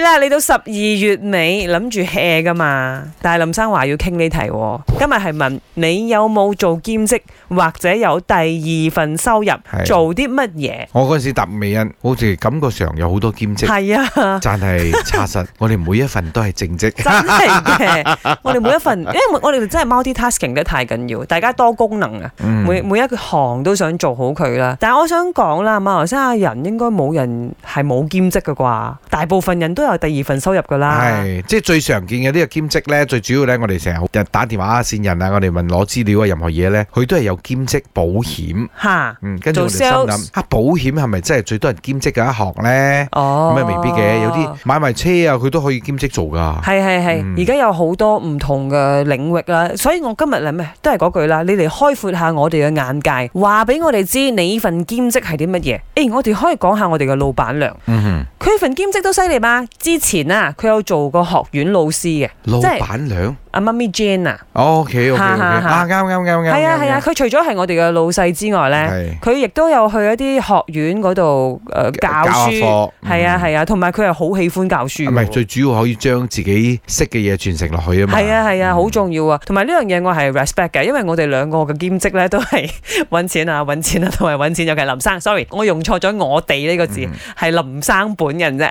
啦，嚟到十二月尾，諗住 hea 噶嘛。但係林生話要傾呢題喎，今日係問你有冇做兼職或者有第二份收入，係做啲乜嘢？我嗰陣時答美恩，好似感覺上有好多兼職，係啊。但係 查實我哋每一份都係正職。真係 嘅，我哋每一份，因為我哋真係 multitasking 得太緊要，大家多功能啊，嗯每每一行都想做好佢啦。但係我想講啦，馬來西亞人應該冇人係冇兼職嘅啩，大部分人都有第二份收入噶啦。係，即係最常見嘅呢個兼職呢，最主要呢，我哋成日打電話啊、線人啊，我哋問攞資料啊，任何嘢呢，佢都係有兼職保險。嚇，嗯，跟住啊做我哋心 sales 諗啊，保險係咪真係最多人兼職嘅一行呢？哦，咁啊未必嘅，有啲買埋車啊，佢都可以兼職做㗎。係係嗯係，而家有好多唔同嘅領域啦，所以我今日咧咩都係嗰句啦，你嚟開闊下我哋嘅眼界，話俾我哋知你份兼職係啲乜嘢。誒、我哋可以講下我哋嘅老闆娘，嗯哼，佢份兼職都犀利嘛。之前啊，佢有做過學院老師嘅，老即係闆娘。阿媽咪 Jane 啊， OK OK OK，哈哈哈啊啱啱啱啱。係啊啱係啊，啱佢除咗係我哋嘅老細之外呢，係佢亦都有去一啲學院嗰度誒教下書，課。係啊嗯係啊，同埋佢係好喜歡教書嘅啊唔係喎。最主要可以將自己識嘅嘢傳承落去啊嘛。係啊係啊，好嗯重要啊！同埋呢樣嘢我係 respect 嘅，因為我哋兩個嘅兼職咧都係 揾錢啊、揾錢啊同埋揾錢，尤其係林生。sorry，我用錯咗我哋呢個字，嗯係林生本人啫，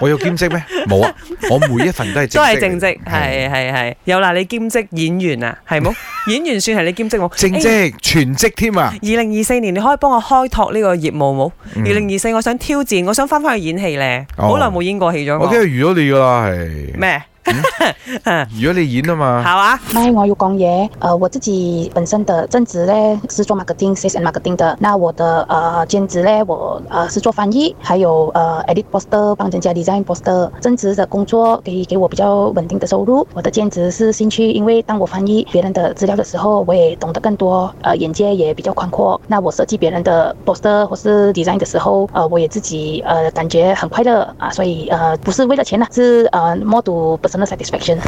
我有兼職咩？冇啊，我每一份都係都正職係嚟嘅。正職，係係係。有啦，你兼職演員啊，係 冇演員算係你兼職冇？哎正職全職添啊！二零二四年你可以幫我開拓呢個業務冇？二嗯零二四我想挑戰，我想翻返去演戲咧，哦好耐冇演過戲咗我啊梗係我。預咗你噶啦，係咩？預咗你演啊嘛。係嘛？麦，我有公爷，呃，我自己本身的正职嘞是做 marketing、sales and marketing 的，那我的呃兼职嘞，我呃是做翻译，还有呃 edit poster 帮人家 design poster。正职的工作可以给我比较稳定的收入，我的兼职是兴趣，因为当我翻译别人的资料的时候，我也懂得更多，呃，眼界也比较宽阔。那我设计别人的 poster 或是 design 的时候，呃，我也自己呃啊感觉很快乐啊，所以呃不是为了钱呐，是呃 more to personal satisfaction。